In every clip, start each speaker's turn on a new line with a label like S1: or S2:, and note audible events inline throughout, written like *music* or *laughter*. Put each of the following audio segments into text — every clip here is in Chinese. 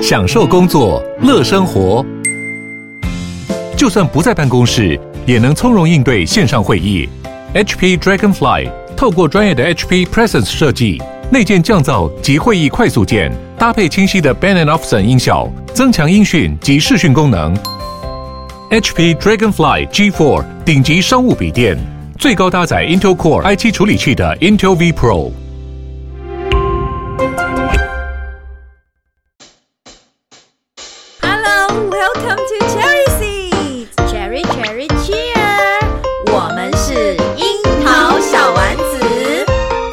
S1: 享受工作，乐生活。就算不在办公室，也能从容应对线上会议。HP Dragonfly 透过专业的 HP Presence 设计，内建降噪及会议快速键，搭配清晰的 Bang Olufsen 音效，增强音讯及视讯功能。HP Dragonfly G4 顶级商务笔电，最高搭载 Intel Core i7 处理器的 Intel V Pro。
S2: Hello, welcome to Cherry Seeds. Cherry, Cherry, Cheer. 我们是樱桃小丸子，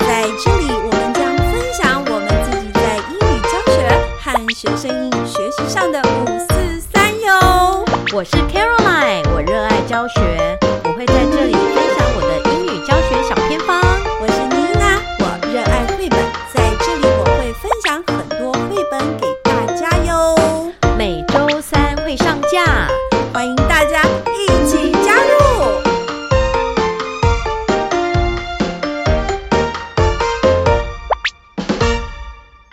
S2: 在这里我们将分享我们自己在英语教学和学生英语学习上的五四三哟。
S3: 我是 Caroline，我热爱教学，我会在这里分享我的英语教学小偏方。
S2: 我是妮娜，我热爱绘本，在这里我会分享很多绘本给大家哟。
S3: 每周三会上架。
S2: 欢迎大家一起加入。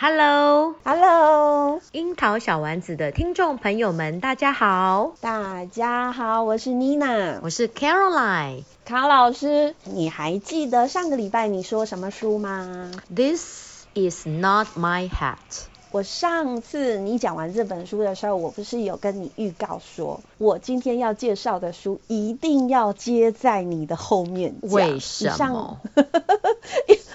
S3: Hello，
S4: Hello，
S3: 樱桃小丸子的听众朋友们，大家好，
S4: 大家好，我是妮娜。
S3: 我是 Caroline。
S4: 卡老师，你还记得上个礼拜你说什么书吗？
S3: This is not my hat。
S4: 我上次你讲完这本书的时候，我不是有跟你预告说，我今天要介绍的书一定要接在你的后面讲。
S3: 为什
S4: 你上
S3: 么？
S4: *laughs*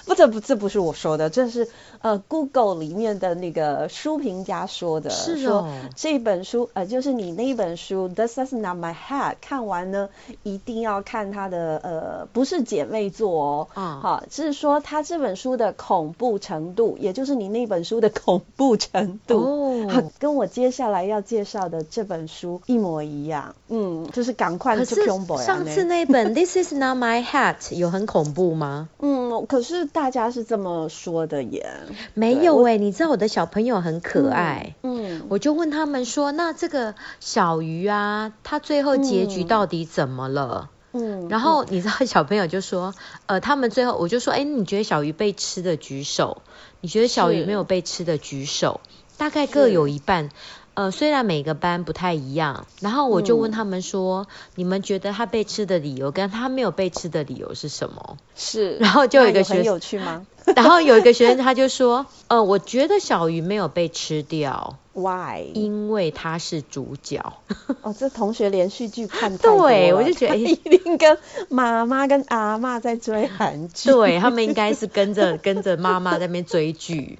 S4: 不，这不这不是我说的，这是呃 Google 里面的那个书评家说的，
S3: 是
S4: 说
S3: 哦
S4: 这本书呃就是你那一本书《This Is Not My Head》，看完呢一定要看它的呃不是姐妹作哦，
S3: 啊
S4: 好、是说它这本书的恐怖程度，也就是你那本书的恐怖程度。啊
S3: 哦，
S4: 跟我接下来要介绍的这本书一模一样，嗯，就是赶快
S3: 可
S4: 去
S3: 是
S4: 恐怖呀
S3: 上
S4: 呢
S3: 次啊那啊本 This is not my hat 有很恐怖吗？
S4: 嗯，可是大家是这么说的耶，
S3: 没
S4: 对
S3: 有
S4: 我
S3: 哎、你知道我的小朋友很可爱。
S4: 嗯，
S3: 我就问他们说：“那这个小鱼啊，它最后结局
S4: 嗯
S3: 到底怎么了？”
S4: 嗯，
S3: 然后你知道小朋友就说：“呃，他们最后我就说，哎，你觉得小鱼被吃的举手，你觉得小鱼
S4: 是
S3: 没有被吃的举手，大概各
S4: 是
S3: 有一半。”呃，虽然每个班不太一样，然后我
S4: 嗯
S3: 就问他们说：“你们觉得他被吃的理由跟他没有被吃的理由是什么 *laughs*
S4: 是，
S3: 然后就有
S4: 那
S3: 一个学
S4: 很
S3: 生
S4: 有趣吗？”
S3: 然后有一个学生他就说：“呃，我觉得小鱼没有被吃掉，
S4: ？Why？
S3: 因为他是主角。”
S4: 哦，这同学连续剧看太多
S3: 对
S4: 了
S3: 我就
S4: *laughs*
S3: 觉得
S4: 他
S3: 哎
S4: 一定跟妈妈跟阿嬷在追韩剧。
S3: 对他们应该是跟着跟着妈妈在那边
S4: *laughs*
S3: 追剧。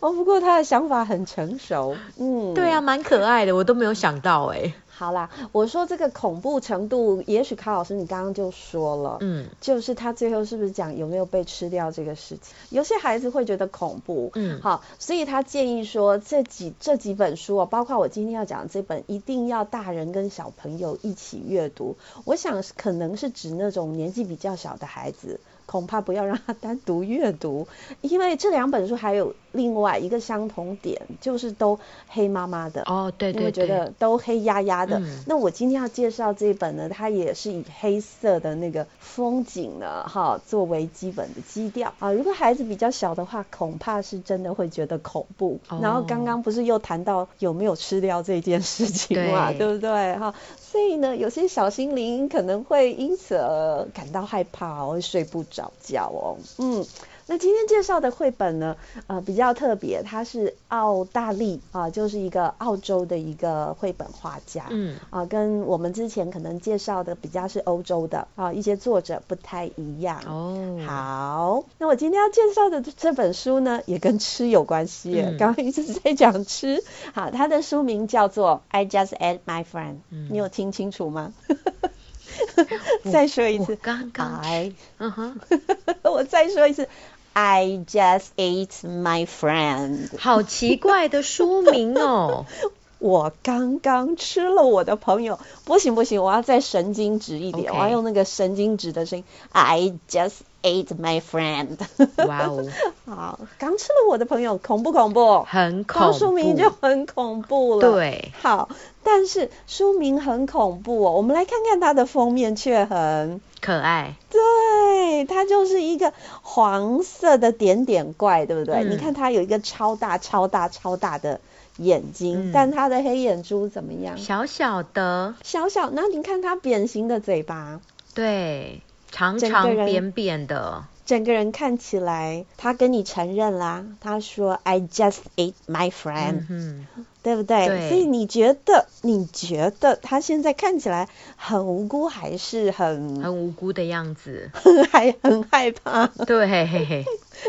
S4: 哦，不过他的想法很成熟。嗯，
S3: 对啊，。蛮可爱的，我都没有想到哎、
S4: 好啦，我说这个恐怖程度，也许卡老师你刚刚就说了，
S3: 嗯
S4: 就是他最后是不是讲有没有被吃掉这个事情？有些孩子会觉得恐怖，
S3: 嗯
S4: 好，所以他建议说这几这几本书哦，包括我今天要讲的这本，一定要大人跟小朋友一起阅读。我想是可能是指那种年纪比较小的孩子。恐怕不要让他单独阅读，因为这两本书还有另外一个相同点，就是都黑妈妈的
S3: 哦，对
S4: 你会
S3: 对
S4: 觉
S3: 对，
S4: 得都黑压压的。
S3: 嗯
S4: 那我今天要介绍这一本呢，它也是以黑色的那个风景呢，哈，作为基本的基调啊。如果孩子比较小的话，恐怕是真的会觉得恐怖。
S3: 哦
S4: 然后刚刚不是又谈到有没有吃掉这件事情嘛，
S3: 对
S4: 对不对？哈，所以呢，有些小心灵可能会因此而感到害怕哦，会睡不着觉哦。嗯，那今天介绍的绘本呢，呃，比较特别，它是澳大利啊、就是一个澳洲的一个绘本画家。
S3: 嗯
S4: 啊，跟我们之前可能介绍的比较是欧洲的啊，一些作者不太一样。
S3: 哦，
S4: 好，那我今天要介绍的这本书呢，也跟吃有关系耶。
S3: 嗯
S4: 刚刚一直在讲吃，好，它的书名叫做《I Just Ate My Friend》，你有听清楚吗？ *laughs* 再说一
S3: 嗯我
S4: 次哎
S3: 刚刚
S4: ，I，
S3: 嗯哼，
S4: *laughs* 我再说一次，I just ate my friend。
S3: 好奇怪的书名
S4: *laughs*
S3: 哦，
S4: 我刚刚吃了我的朋友，不行不行，我要再神经质一点
S3: OK
S4: 我要用那个神经质的声音。I just ate my friend。 *laughs*
S3: 哇哦，
S4: 好，刚吃了我的朋友，恐不恐怖？
S3: 很恐
S4: 光
S3: 怖，
S4: 书名就很恐怖了。。
S3: 对，
S4: 好，但是书名很恐怖哦。我们来看看它的封面，却很
S3: 可爱，
S4: 对，它就是一个黄色的点点怪，对不对？
S3: 嗯
S4: 你看它有一个超大、超大、超大的眼睛，
S3: 嗯
S4: 但它的黑眼珠怎么样？
S3: 小小的，
S4: 小小，那你看它扁形的嘴巴，
S3: 对，长
S4: 整个
S3: 长
S4: 人
S3: 扁扁的，
S4: 整个人看起来，他跟你承认啦，他说 I just ate my friend，、
S3: 嗯哼，
S4: 对不对？
S3: 对
S4: 所以你觉得，你觉得他现在看起来很无辜，还是很
S3: 很无辜的样子。
S4: *laughs* 还很害怕？
S3: 对，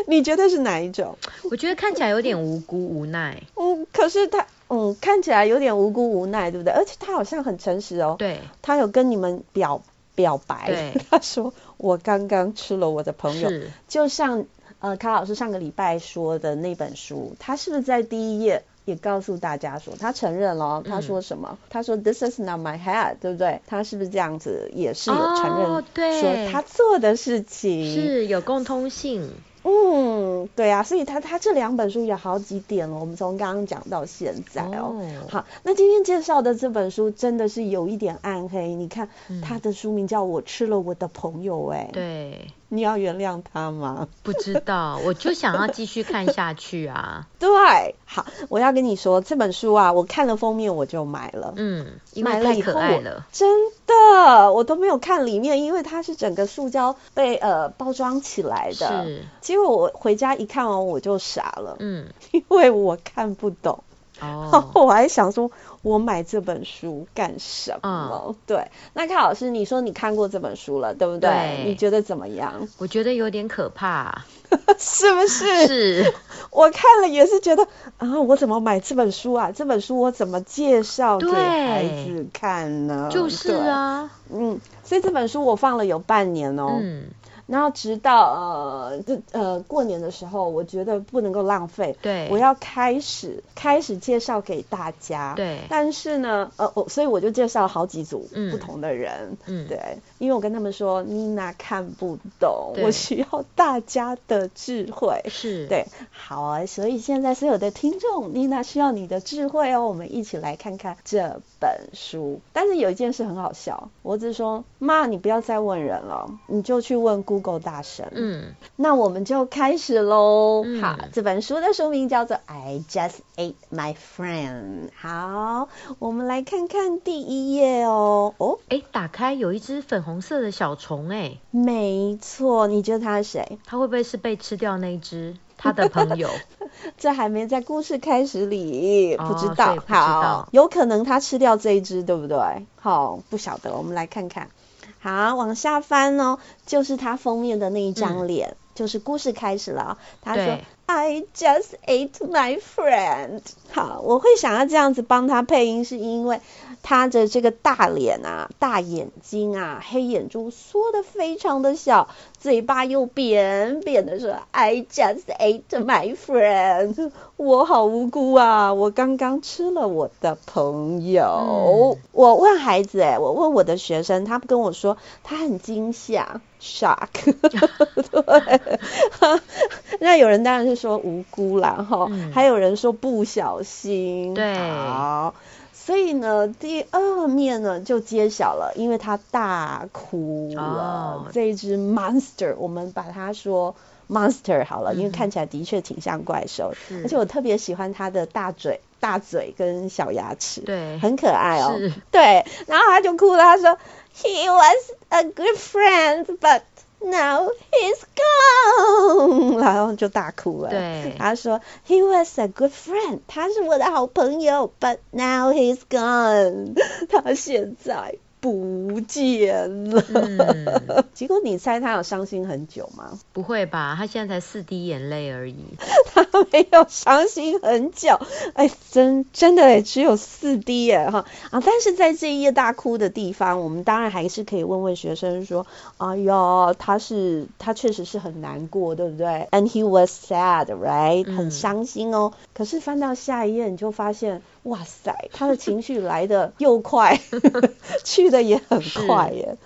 S4: 你觉得是哪一种？
S3: 我觉得看起来有点无辜无奈。
S4: 嗯，可是他，嗯，看起来有点无辜无奈，对不对？而且他好像很诚实哦，
S3: 对，
S4: 他有跟你们表表白
S3: 对，
S4: *laughs* 他说我刚刚吃了我的朋友，
S3: 是，
S4: 就像呃，卡老师上个礼拜说的那本书，他是不是在第一页也告诉大家说，他承认了哦，
S3: 嗯
S4: 他说什么？他说 This is not my head，对不对？他是不是这样子也是有承认、
S3: 哦对
S4: 说他做的事情？，
S3: 是有共通性。
S4: 嗯，对啊，所以他他这两本书有好几点了，我们从刚刚讲到现在哦。
S3: 哦
S4: 好，那今天介绍的这本书真的是有一点暗黑，你看、
S3: 嗯
S4: 他的书名叫《我吃了我的朋友》，哎，
S3: 对，
S4: 你要原谅他吗？
S3: *laughs* 不知道，我就想要继续看下去
S4: *laughs*
S3: 啊。
S4: 对，好，我要跟你说这本书啊，我看了封面我就买了，
S3: 嗯，因
S4: 买
S3: 为
S4: 了
S3: 太
S4: 以
S3: 可
S4: 后
S3: 爱
S4: 我
S3: 了。
S4: 真的，我都没有看里面，因为它是整个塑胶被呃包装起来的。
S3: 是，
S4: 结果我回家一看哦完我就傻了，
S3: 嗯，
S4: *laughs* 因为我看不懂， *laughs*
S3: 哦，
S4: 我还想说我买这本书干什么？
S3: 嗯
S4: 对，那看老师，你说你看过这本书了，对不对？
S3: 对
S4: 你觉得怎么
S3: *laughs*
S4: 样？
S3: 我觉得有点可
S4: *laughs*
S3: 怕。
S4: 是不是？
S3: 是，
S4: 我看了也是觉得啊，我怎么买这本书啊？这本书我怎么介绍给
S3: 对
S4: 孩子看呢？
S3: 就是啊。
S4: 对，嗯，所以这本书我放了有半年哦，
S3: 嗯，
S4: 然后直到呃这呃过年的时候，我觉得不能够浪费，
S3: 对，
S4: 我要开始开始介绍给大家。
S3: 对，
S4: 但是呢，呃，我所以我就介绍了好几组
S3: 嗯
S4: 不同的人，
S3: 嗯，
S4: 对，因为我跟他们说妮娜看不懂，
S3: 对
S4: 我需要大家的智慧，
S3: 是，
S4: 对，好啊，所以现在所有的听众，妮娜需要你的智慧哦，我们一起来看看这本书。但是有一件事很好笑，我只说妈，你不要再问人了，你就去问 Google 大神。，
S3: 嗯，
S4: 那我们就开始喽。
S3: 嗯
S4: 好，这本书的书名叫做《I Just Ate My Friend》。好，我们来看看第一页哦。哦，
S3: 哎，打开有一只粉红色的小虫，哎，
S4: 没错，你觉得他是谁？
S3: 它会不会是被吃掉那一只？它的
S4: *laughs*
S3: 朋友，
S4: 这还没在故事开始里，
S3: 哦
S4: 不知道。
S3: 所以不知道
S4: 好，有可能他吃掉这一只，对不对？好，不晓得，我们来看看。好，往下翻哦，就是他封面的那一张脸，就是故事开始了啊、他说
S3: 嗯对，
S4: I just ate my friend。好，我会想要这样子帮他配音，是因为他的这个大脸啊、大眼睛啊、黑眼珠缩的非常的小，嘴巴又扁扁的说，I just ate my friend。我 *laughs* 好无辜啊！我刚刚吃了我的朋友。
S3: 嗯
S4: 我问孩子、欸，我问我的学生，他跟我说他很惊吓，shock。对， *laughs* 那有人当然是说无辜啦，哈、
S3: 嗯
S4: 还有人说不小心。
S3: 对
S4: 好。所以呢，第二面呢就揭晓了，因为他大哭了。
S3: 哦
S4: 这一只 monster，我们把它说 monster 好了，因为
S3: 嗯
S4: 看起来的确挺像怪兽，
S3: 是
S4: 而且我特别喜欢它的大嘴、大嘴跟小牙齿，，
S3: 对，
S4: 很可爱哦。
S3: 是，
S4: 对，然后他就哭了，他说，He was a good friend, but now he's gone，然后就大哭了。
S3: 对
S4: 他说，He was a good friend，他是我的好朋友，but now he's gone，他现在不见了。
S3: 嗯
S4: 结果你猜他有伤心很久吗？
S3: 不会吧？它现在才四滴眼泪而已。
S4: 他 *laughs* 没有伤心很久，哎，真真的哎，只有四滴耶哈啊！但是在这一页大哭的地方，我们当然还是可以问问学生说，哎呀，他是他确实是很难过，对不对？And he was sad, right？、
S3: 嗯
S4: 很伤心哦。可是翻到下一页，你就发现，哇塞，他的情绪来的又快，去的也很快耶。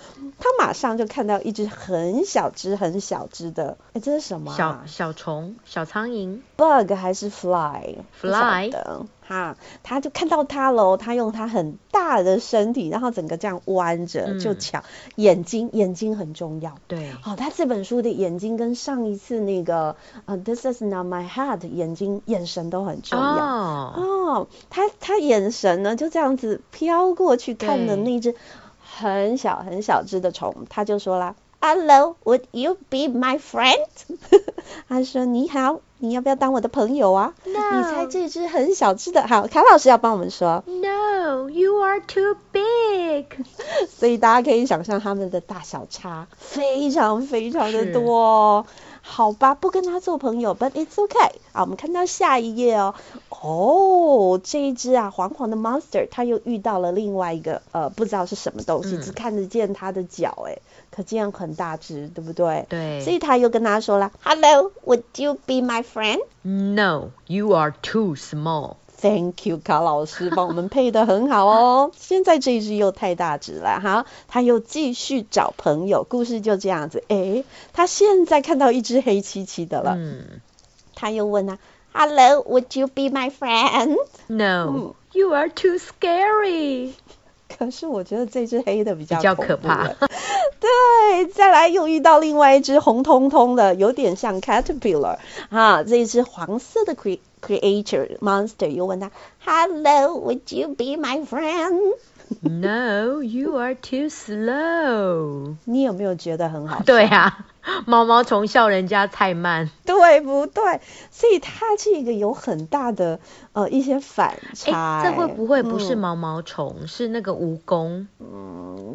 S4: 他马上就看到一只很小只、很小只的，哎，这是什么、啊？
S3: 小小虫、小苍蝇，
S4: bug 还是 fly？不晓
S3: Fly？
S4: 得他，他就看到他喽，他用他很大的身体，然后整个这样弯着就
S3: 嗯
S4: 抢、眼睛，眼睛很重要。
S3: 对，
S4: 哦，他这本书的眼睛跟上一次那个呃，This is not my head，眼睛眼神都很重要。
S3: 哦，
S4: 哦，他他眼神呢就这样子飘过去看了
S3: 对
S4: 那只很小很小只的虫，他就说啦：“Hello, would you be my friend？” *laughs* 他说：“你好，你要不要当我的朋友啊？”你猜
S3: No,
S4: 这只很小只的，好，卡老师要帮我们说，
S3: no, you are too big.
S4: 所以大家可以想象它们的大小差非常非常的
S3: 是
S4: 多哦。好吧，不跟它做朋友，but it's okay。啊，我们看到下一页哦。哦，这一只啊黄黄的 monster，它又遇到了另外一个呃不知道是什么东西，
S3: 嗯
S4: 只看得见它的脚，哎，可见很大只，对不对？
S3: 对，
S4: 所以他又跟他说了，Hello，would you be my friend？
S3: No, you are too small.
S4: Thank you，卡老师帮我们配的很好哦。现在这一只又太大只了，哈，他又继续找朋友，故事就这样子。诶，他现在看到一只黑漆漆的了，
S3: 嗯
S4: 他又问他，Hello，would you be my friend？ *laughs*
S3: No, you are too scary.
S4: 可是我觉得这只黑的比较
S3: 比较
S4: 恐
S3: 可
S4: 怖
S3: 怕
S4: 了。对，再来又遇到另外一只红彤彤的，有点像 caterpillar 啊，这一只黄色的 cre creature monster 又问他，Hello，would you be my friend？
S3: No, you are too *laughs* slow.
S4: 你有没有觉得很好笑？
S3: 对啊，毛毛虫笑人家太慢。
S4: *laughs* 对不对？所以它这个有很大的呃一些反差、
S3: *laughs* 哎，这会不会不是哦
S4: 嗯
S3: 毛毛虫，是那个蜈蚣？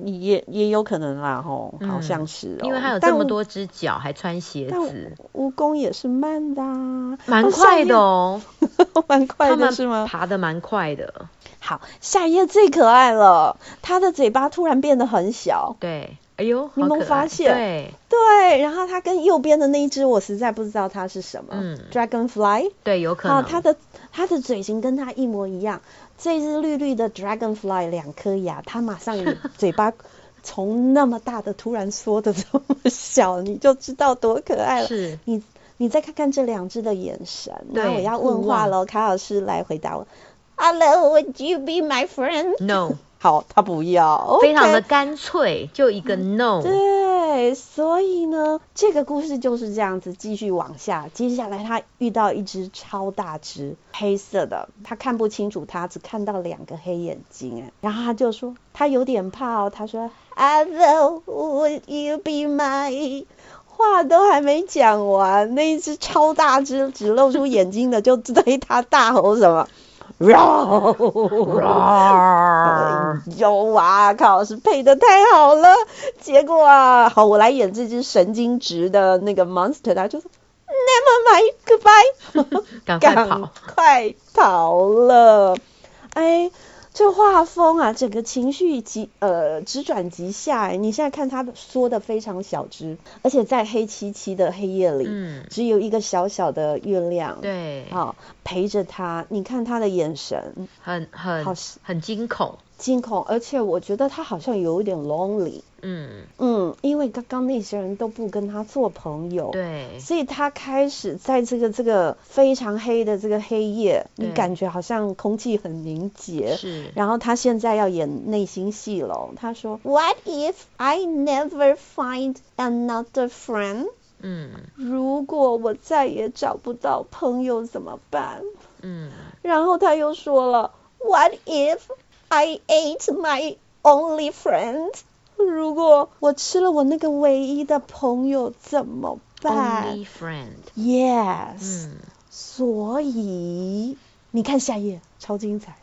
S4: 也也有可能啦，吼，好
S3: 嗯
S4: 像是、哦
S3: 因为它有这么多只脚，还穿鞋
S4: 但
S3: 子，
S4: 蜈蚣也是慢的、啊，
S3: 蛮
S4: 哦
S3: 快的，哦。 *laughs*
S4: 下一页蛮快
S3: 它
S4: 的
S3: 们
S4: 是吗？
S3: 爬得蛮快的，
S4: 好，下一页最可爱了，它的嘴巴突然变得很小，
S3: 对。哎呦，
S4: 你有没
S3: 好
S4: 有
S3: 可
S4: 发
S3: 爱
S4: 现
S3: 对
S4: 对，然后它跟右边的那一只，我实在不知道它是什么、
S3: 嗯
S4: d r a g o n f l y
S3: 对，有可
S4: 好，
S3: 能。
S4: 啊它的它的嘴型跟它一模一样。这只绿绿的 dragonfly 两颗牙，它马上也嘴巴从那么大的突然缩的这么小，你就知道多可爱了。
S3: 是
S4: 你你再看看这两只的眼神。那
S3: 对啊
S4: 我要问话
S3: 互望
S4: 喽，卡老师来回答我。Hello，would you be my friend？
S3: no，
S4: 好，他不要，
S3: 非常
S4: OK
S3: 的干脆，就一个 no。
S4: 对，所以呢，这个故事就是这样子继续往下。接下来他遇到一只超大只黑色的，他看不清楚它，只看到两个黑眼睛，哎，然后他就说他有点怕哦，他说 Hello, would you be my？话都还没讲完，那一只超大只只露出眼睛的就对他大吼什么？
S3: 啊 Roar
S4: 哎呦啊，卡老师配的太好了。结果啊，好，我来演这只神经质的那个 monster，他就说 Never mind, goodbye，
S3: *laughs* 赶快
S4: 赶
S3: 跑！
S4: *laughs* 快逃了。哎，这画风啊，整个情绪急呃直转急下。哎，你现在看它缩的非常小只，而且在黑漆漆的黑夜里，
S3: 嗯，
S4: 只有一个小小的月亮，，
S3: 对，
S4: 好、陪着他。你看他的眼神，
S3: 很很
S4: 好是
S3: 很惊恐。
S4: 惊恐，而且我觉得他好像有一点 lonely。
S3: 嗯，
S4: 嗯，因为刚刚那些人都不跟他做朋友，，
S3: 对，
S4: 所以他开始在这个这个非常黑的这个黑夜，你
S3: 对
S4: 感觉好像空气很凝结。
S3: 是，
S4: 然后他现在要演内心戏了，他说：“What if I never find another friend？”
S3: 嗯
S4: 如果我再也找不到朋友怎么办？
S3: 嗯，
S4: 然后他又说了，What if I ate my only friend？如果我吃了我那个唯一的朋友怎么办
S3: Only friend，
S4: ？Yes，、
S3: 嗯
S4: 所以你看下一页，超精彩。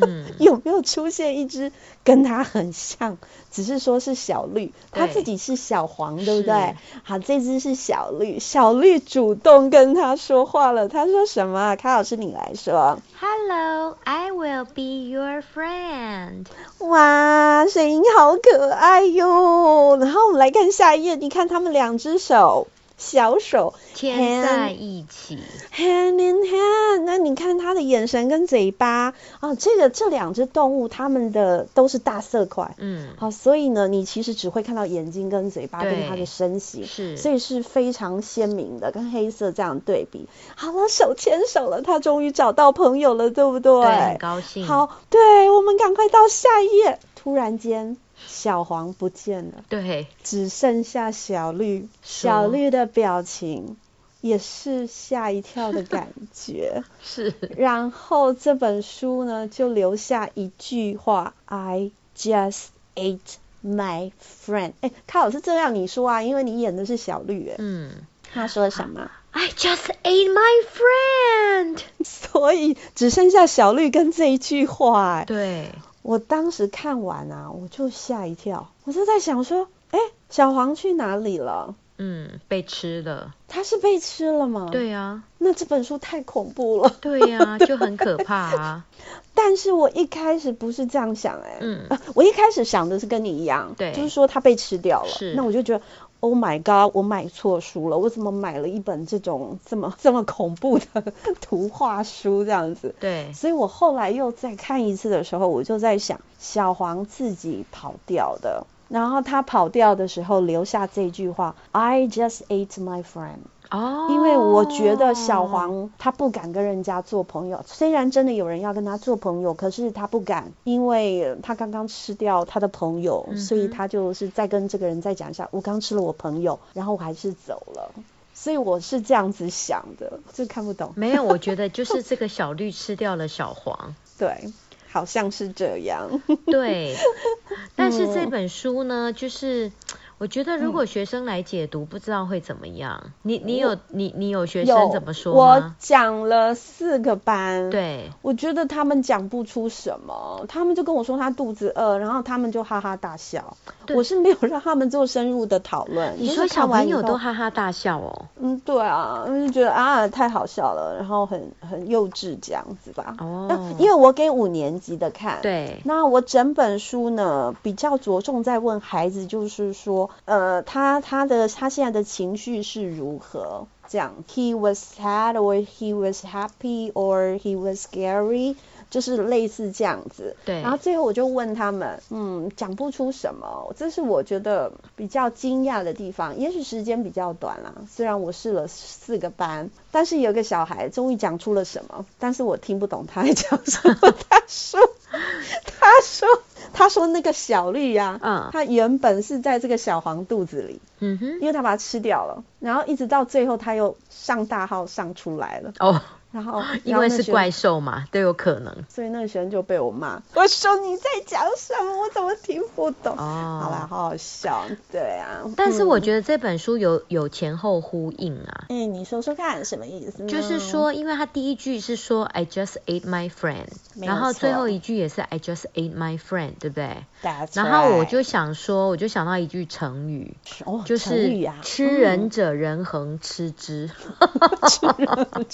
S3: 嗯，
S4: 有没有出现一只跟它很像，只是说是小绿，它
S3: 对
S4: 自己是小黄，对不
S3: 是
S4: 对？好，这只是小绿，小绿主动跟他说话了，他说什么啊？卡老师你来说。
S3: Hello, I will be your friend。
S4: 哇，声音好可爱哟！然后我们来看下一页，你看他们两只手，小手
S3: 牵在一起。
S4: hand in hand，那你看它的眼神跟嘴巴啊，这个这两只动物它们的都是大色块，
S3: 嗯，
S4: 好，所以呢，你其实只会看到眼睛跟嘴巴跟它
S3: 对
S4: 的身形，
S3: 是
S4: 所以是非常鲜明的，跟黑色这样对比。好了，手牵手了，他终于找到朋友了，对不对？
S3: 对，很高兴。，
S4: 好，对，我们赶快到下一页。突然间，小黄不见了，
S3: 对，
S4: 只剩下小绿。
S3: 说
S4: 小绿的表情也是吓一跳的感 *laughs* 觉。
S3: 是，
S4: 然后这本书呢，就留下一句话：“I just ate my friend。”哎，卡老师这样你说啊，因为你演的是小绿，哎，
S3: 嗯
S4: 他说什么？
S3: ，I just ate my friend。
S4: *laughs* 所以只剩下小绿跟这一句话。哎，
S3: 对，
S4: 我当时看完啊，我就吓一跳，我就在想说，哎，小黄去哪里了？
S3: 嗯，被吃了。
S4: 他是被吃了吗？，
S3: 对啊，
S4: 那这本书太恐怖了。
S3: 对啊，就很可怕啊。 *laughs*
S4: 但是我一开始不是这样想、哎，
S3: 嗯
S4: 啊，我一开始想的是跟你一样，
S3: 对
S4: 就是说它被吃掉了，
S3: 是
S4: 那我就觉得。Oh my god！我买错书了，我怎么买了一本这种这么这么恐怖的 *laughs* 图画书这样子？
S3: 对，
S4: 所以我后来又再看一次的时候，我就在想，小黄自己跑掉的，然后他跑掉的时候留下这句话：“I just ate my friend。”
S3: 哦，
S4: 因为我觉得小黄他不敢跟人家做朋友，虽然真的有人要跟他做朋友，可是他不敢，因为他刚刚吃掉他的朋友，
S3: 嗯哼
S4: 所以他就是再跟这个人再讲一下，我刚吃了我朋友，然后我还是走了，所以我是这样子想的，就看不懂，
S3: 没有，我觉得就是这个小绿吃掉了小黄。
S4: 对，好像是这样，
S3: *laughs* 对，但是这本书呢，就是我觉得如果学生来解读，不知道会怎么样。你你有你你有学生怎么说
S4: 我
S3: 吗？
S4: 讲了四个班，。
S3: 对，
S4: 我觉得他们讲不出什么，他们就跟我说他肚子饿，然后他们就哈哈大笑。
S3: 对
S4: 我是没有让他们做深入的讨论。
S3: 你
S4: 就是
S3: 说
S4: 看
S3: 小
S4: 完
S3: 朋友
S4: 以后
S3: 都哈哈大笑哦。
S4: 嗯，对啊，我就觉得啊太好笑了，然后很很幼稚这样子吧。那
S3: 哦，
S4: 嗯因为我给五年级的看，。
S3: 对，
S4: 那我整本书呢，比较着重在问孩子，就是说，呃，他他的他现在的情绪是如何？这样，he was sad or he was happy or he was scary，就是类似这样子。
S3: 对
S4: 然后最后我就问他们，嗯，讲不出什么，这是我觉得比较惊讶的地方。也许时间比较短啦，虽然我试了四个班，但是有一个小孩终于讲出了什么，但是我听不懂他在讲什么。他说， *laughs* 他说，他说那个小绿呀、
S3: 嗯
S4: 它原本是在这个小黄肚子里，
S3: 嗯哼，
S4: 因为他把它吃掉了，然后一直到最后他又上大号上出来了，
S3: 哦，
S4: 然后
S3: 因为是。
S4: 然后那学
S3: 怪嗯兽嘛，都有可能。
S4: 所以那个学生就被我骂，我说你在讲什么？我怎么听不懂？
S3: 哦
S4: 好啦，好好笑，对啊。
S3: 但是我
S4: 得，
S3: 觉得这本书有有前后呼应啊。
S4: 哎、你说说看什么意思呢？
S3: 就是说，因为他第一句是说 “I just ate my friend”，
S4: 没有
S3: 然后最
S4: 错
S3: 后一句也是 “I just ate my friend”，对不对？
S4: That's right，
S3: 然后我就想说，我就想到一句成语，
S4: 哦，
S3: 就
S4: 成
S3: 是
S4: 语啊，
S3: 吃人者人恒吃之。 *laughs* 哦
S4: *laughs*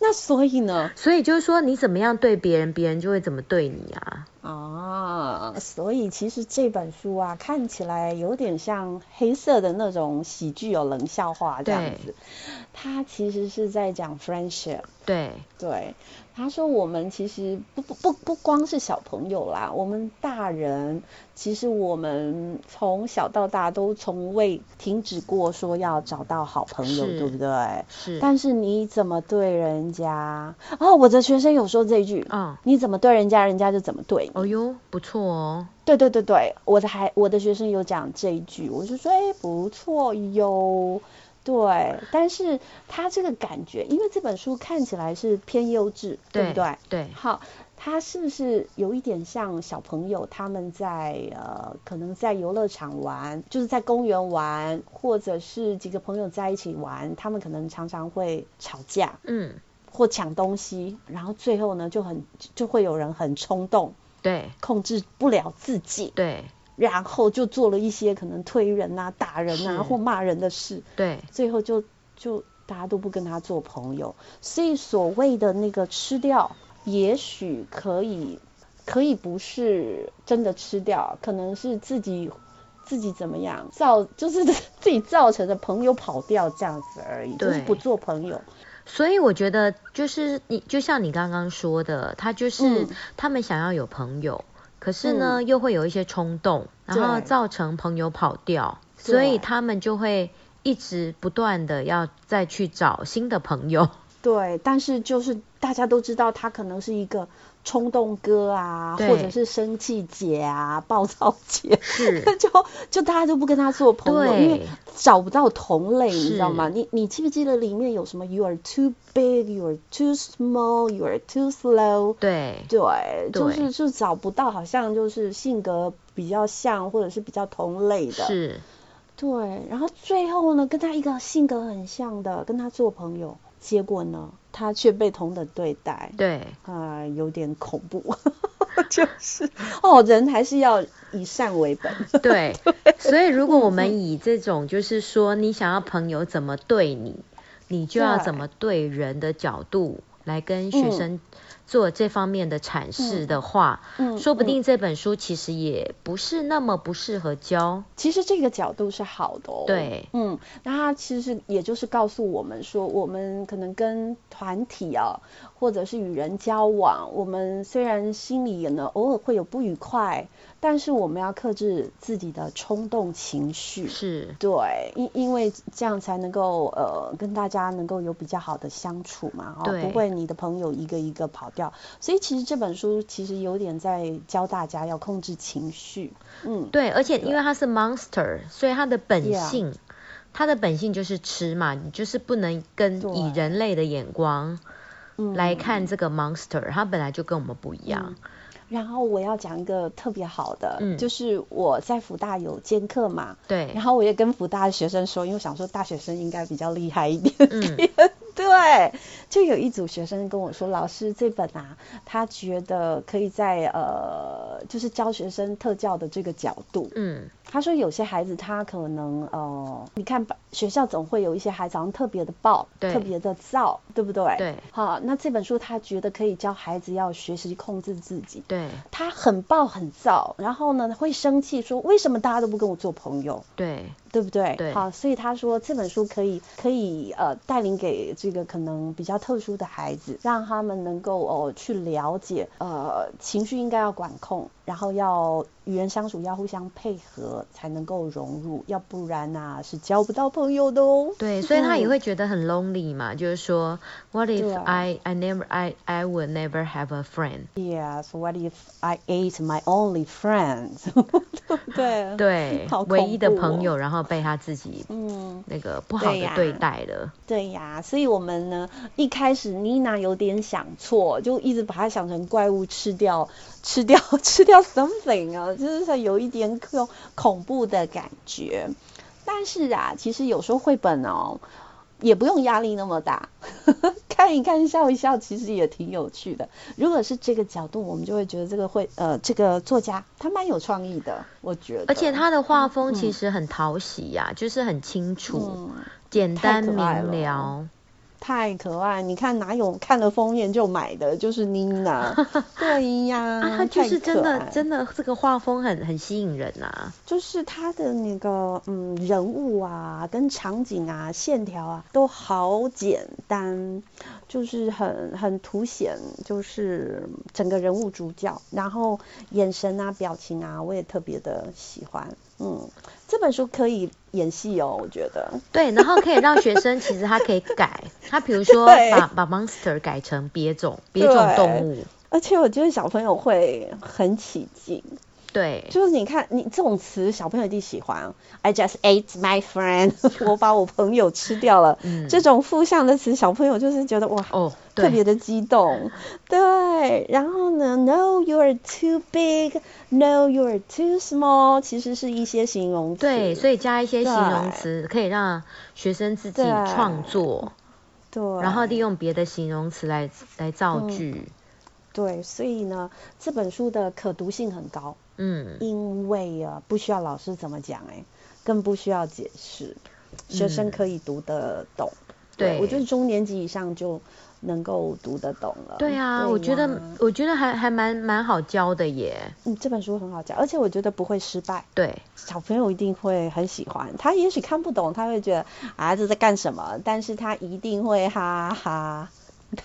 S4: 那所以呢？
S3: 所以就是说，你怎么样对别人，别人就会怎么对你啊。
S4: 啊，所以其实这本书啊，看起来有点像黑色的那种喜剧，有冷笑话这样
S3: 对
S4: 子。它其实是在讲 friendship。
S3: 对，
S4: 对，他说我们其实不不不不光是小朋友啦，我们大人其实我们从小到大都从未停止过说要找到好朋友，
S3: 是
S4: 对不对？
S3: 是，
S4: 但是你怎么对人家？哦，我的学生有说这句，
S3: 嗯，
S4: 你怎么对人家，人家就怎么对你。
S3: 哦哟，不错哦，
S4: 对对对对，我的还我的学生有讲这一句，我就说哎不错哟，对，但是他这个感觉，因为这本书看起来是偏幼稚，对不对？
S3: 对，
S4: 好，他是不是有一点像小朋友他们在呃，可能在游乐场玩，就是在公园玩，或者是几个朋友在一起玩，他们可能常常会吵架
S3: 嗯，
S4: 或抢东西，然后最后呢就很就会有人很冲动，
S3: 对
S4: 控制不了自己。
S3: 对
S4: 然后就做了一些可能推人啊、打人
S3: 是
S4: 啊或骂人的事，
S3: 对，
S4: 最后就就大家都不跟他做朋友。所以所谓的那个吃掉，也许可以可以不是真的吃掉，可能是自己自己怎么样造，就是 *laughs* 自己造成的朋友跑掉这样子而已，就是
S3: 对
S4: 不做朋友。
S3: 所以我觉得就是你，就像你刚刚说的，他就是、
S4: 嗯
S3: 他们想要有朋友，可是呢、又会有一些冲动，然后
S4: 对
S3: 造成朋友跑掉，
S4: 对
S3: 所以他们就会一直不断的要再去找新的朋友。
S4: 对，但是就是大家都知道他可能是一个冲动哥啊，
S3: 对
S4: 或者是生气姐啊、暴躁姐，
S3: 是
S4: *laughs* 就就大家都不跟他做朋友，因为
S3: 对
S4: 找不到同类，你知道
S3: 是
S4: 吗？你你记不记得里面有什么？You are too big, you are too small, you are too slow。
S3: *laughs* 对，
S4: 对，就
S3: 对
S4: 是就找不到，好像就是性格比较像，或者是比较同类的。
S3: 是
S4: 对，然后最后呢，跟他一个性格很像的，跟他做朋友，结果呢，他却被同等对待，
S3: 对，
S4: 啊、有点恐怖， *laughs* 就是哦，人还是要以善为本，
S3: 对，
S4: *laughs*
S3: 所以如果我
S4: 嗯
S3: 们以这种就是说你想要朋友怎么对你，你就要
S4: 对
S3: 怎么对人的角度来跟学
S4: 嗯
S3: 生做这方面的阐释的话，
S4: 嗯
S3: 说不
S4: 嗯
S3: 定这本书其实也不是那么不适合教。
S4: 其实这个角度是好的哦。
S3: 对，
S4: 嗯，那他其实也就是告诉我们说，我们可能跟团体啊，或者是与人交往，我们虽然心里也呢偶尔会有不愉快，但是我们要克制自己的冲动情绪。
S3: 是，
S4: 对，因因为这样才能够呃跟大家能够有比较好的相处嘛，哈、
S3: 对
S4: 不会你的朋友一个一个跑掉。所以其实这本书其实有点在教大家要控制情绪，嗯，
S3: 对，而且因为他是 monster，所以他的本
S4: Yeah
S3: 性。他的本性就是吃嘛，你就是不能跟
S4: 对
S3: 以人类的眼光
S4: 嗯
S3: 来看这个 monster，他本来就跟我们不一样。
S4: 然后我要讲一个特别好的，
S3: 嗯
S4: 就是我在福大有兼课嘛，
S3: 对，
S4: 然后我也跟福大的学生说，因为我想说大学生应该比较厉害一点，
S3: 嗯，
S4: *laughs* 对，就有一组学生跟我说，老师这本啊，他觉得可以在呃，就是教学生特教的这个角度，
S3: 嗯，
S4: 他说有些孩子他可能呃，你看吧学校总会有一些孩子好像特别的暴，
S3: 对
S4: 特别的躁，对不对？
S3: 对
S4: 好，那这本书他觉得可以教孩子要学习控制自己，
S3: 对
S4: 他很暴很躁，然后呢会生气说为什么大家都不跟我做朋友，
S3: 对
S4: 对不对？
S3: 对
S4: 好，所以他说这本书可以可以呃带领给这个可能比较特殊的孩子，让他们能够哦、去了解呃情绪应该要管控，然后要与人相处要互相配合才能够融入，要不然呐、是交不到朋友的哦。
S3: 对，所以他也
S4: 嗯
S3: 会觉得很 lonely 嘛，就是说，What if
S4: 对啊
S3: I I never I I will never have a friend？
S4: *laughs* Yes, what if I ate my only friends？对 *laughs* 不对？
S3: 对
S4: 好，
S3: 唯一的
S4: 恐怖
S3: 朋友，
S4: 哦
S3: 然后被他自己
S4: 嗯。
S3: 那个不好
S4: 对
S3: 的
S4: 呀
S3: 对待了，
S4: 对呀，所以我们呢一开始妮娜有点想错，就一直把它想成怪物吃掉，吃掉 *laughs* 吃掉 something 啊，就是有一点恐恐怖的感觉。但是啊，其实有时候绘本哦，也不用压力那么大， *laughs* 看一看笑一笑，其实也挺有趣的。如果是这个角度，我们就会觉得这个绘呃这个作家他蛮有创意的，我觉得。
S3: 而且他的画风其
S4: 嗯
S3: 实很讨喜呀、就是很清楚、
S4: 嗯。
S3: 简
S4: 太
S3: 单
S4: 可爱了
S3: 明了。
S4: 太可爱！你看哪有看了封面就买的，就是妮
S3: *laughs*
S4: 娜。对呀，
S3: 啊，他就是真
S4: 太可
S3: 的
S4: 爱
S3: 真的这个画风很很吸引人啊，
S4: 就是他的那个嗯人物啊，跟场景啊、线条啊都好简单，就是很很凸显就是整个人物主角，然后眼神啊、表情啊，我也特别的喜欢。嗯，这本书可以演戏哦，我觉得。
S3: 对，然后可以让学生其实他可以改，他比如说
S4: *laughs* 对
S3: 把把 monster 改成别种别种动物，
S4: 而且我觉得小朋友会很起劲。
S3: 对，
S4: 就是你看，你这种词小朋友一定喜欢。I 哦 just ate my friend，我 *laughs* 把我朋友吃掉了。
S3: 嗯
S4: 这种负向的词，小朋友就是觉得哇，
S3: 哦，
S4: 特别
S3: 对，
S4: 的激动。对，然后呢，No, you are too big. No, you are too small，其实是一些形容词。
S3: 对，所以加一些形
S4: 对
S3: 容词，可以让学生自己
S4: 对
S3: 创作，
S4: 对，
S3: 然后利用别的形容词来来造
S4: 嗯
S3: 句，
S4: 对，所以呢，这本书的可读性很高，
S3: 嗯，
S4: 因为啊，不需要老师怎么讲，哎，更不需要解释，学生
S3: 嗯
S4: 可以读得懂。
S3: 对
S4: 我觉得中年级以上就能够读得懂了。
S3: 对啊，我觉得
S4: 呀
S3: 我觉得还还蛮蛮好教的耶。
S4: 嗯这本书很好讲，而且我觉得不会失败。
S3: 对，
S4: 小朋友一定会很喜欢，他也许看不懂，他会觉得啊这在干什么，但是他一定会哈哈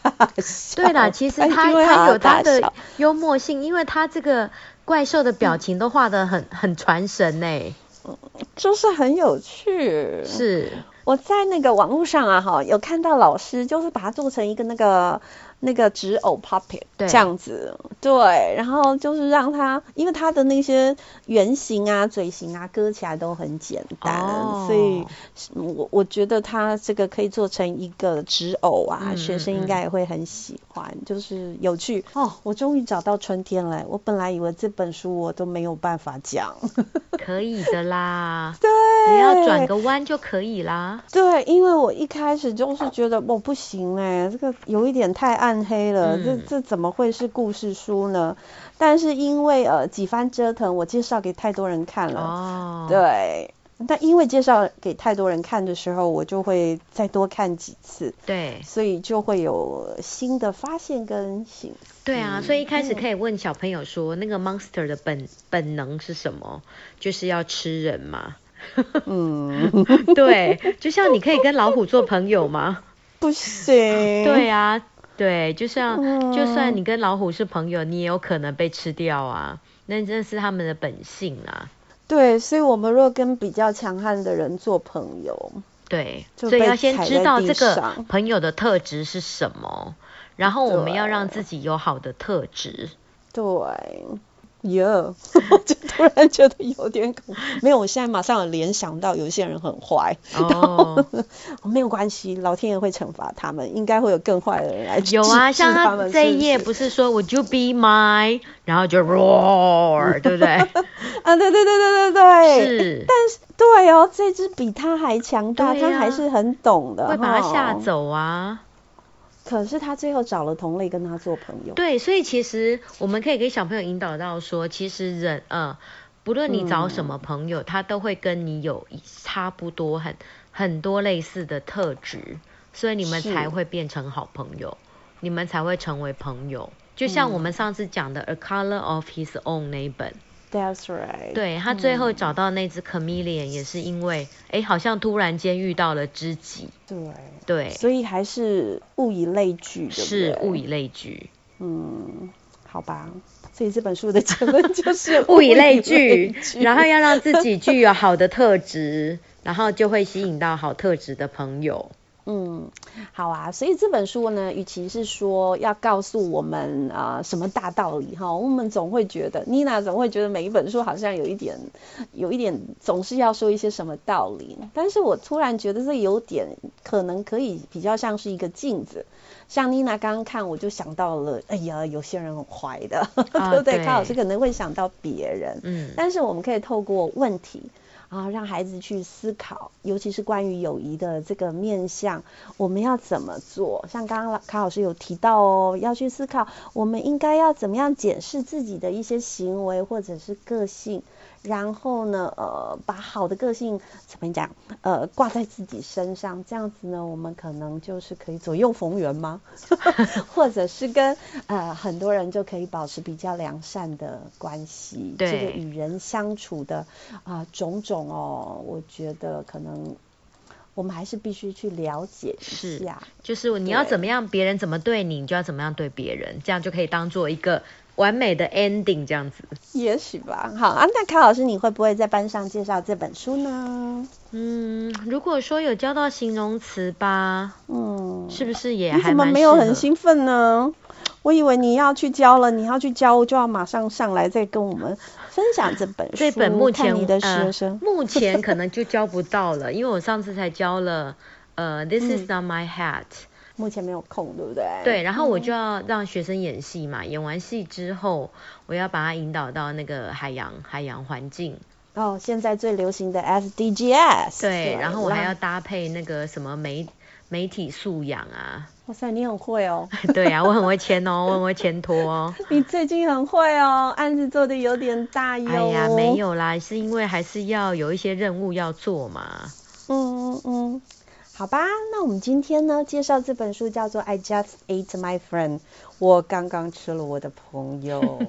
S4: 大笑。
S3: 对啦，其
S4: *laughs*
S3: 实
S4: 一定
S3: 他
S4: 会哈
S3: 他
S4: 哈
S3: 有他
S4: 大
S3: 的
S4: 笑
S3: 幽默性，因为他这个怪兽的表情都画得很 *laughs* 很传神呢。
S4: 就是很有趣。
S3: 是，
S4: 我在那个网络上啊哈，有看到老师就是把它做成一个那个那个纸偶 puppet
S3: 对
S4: 这样子，对，然后就是让它，因为它的那些圆形啊、嘴型啊割起来都很简单，
S3: 哦
S4: 所以我我觉得它这个可以做成一个纸偶啊，
S3: 嗯
S4: 学
S3: 嗯
S4: 生应
S3: 嗯
S4: 该也会很喜欢，就是有趣哦。我终于找到春天了，我本来以为这本书我都没有办法讲。
S3: 可以的啦，
S4: *laughs* 对，
S3: 只要转个弯就可以啦。
S4: 对，因为我一开始就是觉得我、哦、不行哎、这个有一点太暗黑了，这
S3: 嗯
S4: 这怎么会是故事书呢？但是因为呃几番折腾，我介绍给太多人看了，
S3: 哦，，
S4: 对。但因为介绍给太多人看的时候，我就会再多看几次，
S3: 对，
S4: 所以就会有新的发现跟醒。
S3: 对啊，
S4: 嗯
S3: 所以一开始可以问小朋友说，那个 monster 的本本能是什么？就是要吃人嘛。
S4: 嗯，
S3: *laughs* 对，就像你可以跟老虎做朋友嘛。
S4: *laughs* 不行。
S3: 对啊，对，就像就算
S4: 嗯
S3: 你跟老虎是朋友，你也有可能被吃掉啊。那这是他们的本性啊啦。
S4: 对，所以我们若跟比较强悍的人做朋友，
S3: 对，
S4: 就
S3: 所以
S4: 被
S3: 要先
S4: 踩
S3: 知
S4: 在
S3: 道
S4: 地
S3: 这个
S4: 上
S3: 朋友的特质是什么，然后我们要让自己有好的特
S4: *laughs*
S3: 质。
S4: 对，哟、 *laughs* 就突然觉得有点恐怖。没有，我现在马上有联想到有一些人很坏，
S3: 哦，
S4: 没有关系，老天爷会惩罚他们，应该会有更坏的人来治
S3: 有
S4: *laughs*
S3: 啊，
S4: 治
S3: 像
S4: 他
S3: 他
S4: 们
S3: 这
S4: 是
S3: 一页
S4: 是
S3: 不是说 Would you be my，然后就 roar，对不对？
S4: 啊？对对对对 *laughs* 对对，
S3: 是，
S4: 对哦，这只比他还强大，
S3: 对
S4: 他
S3: 啊
S4: 还是很懂的，
S3: 会把他
S4: 哈
S3: 吓。走啊。
S4: 可是他最后找了同类跟他做朋友，
S3: 对，所以其实我们可以给小朋友引导到说，其实人呃，不论你找什么朋友，他都会跟你有一差不多很很多类似的特质，所以你们
S4: 是
S3: 才会变成好朋友，你们才会成为朋友。就像我们上次讲的《A Color of His Own》那一本，
S4: ，That's right。
S3: 对他最
S4: 嗯
S3: 后找到那只 chameleon 也是因为，哎，好像突然间遇到了知己，
S4: 嗯对，
S3: 对，
S4: 所以还是物以类聚，对不
S3: 是
S4: 对
S3: 物以类聚，
S4: 嗯，好吧，所以这本书的结论就是
S3: *laughs* 物以类聚，然后
S4: 要
S3: 要让自己具有好的特质， *laughs* 然后就会吸引到好特质的朋友。
S4: 嗯，好啊，所以这本书呢，与其是说要告诉我们啊、呃什么大道理哈，我们总会觉得妮娜总会觉得每一本书好像有一点，有一点总是要说一些什么道理，但是我突然觉得这有点可能可以比较像是一个镜子，像妮娜刚刚看我就想到了，哎呀，有些人很坏的，
S3: 啊
S4: *laughs* 对不对？
S3: 对
S4: 康老师可能会想到别人，
S3: 嗯，
S4: 但是我们可以透过问题啊，让孩子去思考，尤其是关于友谊的这个面向，我们要怎么做？像刚刚卡老师有提到哦，要去思考我们应该要怎么样检视自己的一些行为或者是个性，然后呢，呃，把好的个性怎么讲，呃，挂在自己身上，这样子呢，我们可能就是可以左右逢源吗？ *laughs* 或者是跟呃很多人就可以保持比较良善的关系。
S3: 对
S4: 这个与人相处的啊、种种哦，我觉得可能我们还是必须去了解一
S3: 是
S4: 下。
S3: 就是你要
S4: 对
S3: 怎么样，别人怎么对你，你就要怎么样对别人，这样就可以当做一个完美的 ending 这样子。
S4: 也许吧。好啊，那卡老师，你会不会在班上介绍这本书呢？
S3: 嗯，如果说有教到形容词吧，
S4: 嗯，
S3: 是不是也
S4: 你
S3: 还
S4: 怎么
S3: 蛮
S4: 没有
S3: 适
S4: 很
S3: 合
S4: 兴奋呢？我以为你要去教了，你要去教就要马上上来再跟我们分享这本书。
S3: 这本目前
S4: 看你的
S3: 呃
S4: 学生，
S3: *laughs* 目前可能就教不到了，因为我上次才教了呃，This
S4: 嗯
S3: is not my hat，、
S4: 目前没有空，对不对？
S3: 对，然后我就要让学生演戏嘛，演完戏之后，我要把他引导到那个海洋海洋环境，
S4: 哦，现在最流行的 SDGs。
S3: 对，然后我还要
S4: 让
S3: 搭配那个什么媒媒体素养啊，
S4: 哇塞，你很会哦， *laughs*
S3: 对啊，我很会牵哦，我很会牵拖哦。
S4: 你最近很会哦，案子做的有点大哟。
S3: 哎呀，没。有啦，是因为还是要有一些任务要做嘛。
S4: 嗯嗯嗯，好吧，那我们今天呢介绍这本书叫做《I Just Ate My Friend》，我刚刚吃了我的朋友。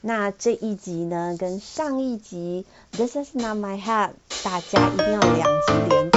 S4: 那这一集呢跟上一集《This Is Not My Head》，大家一定要两集连哦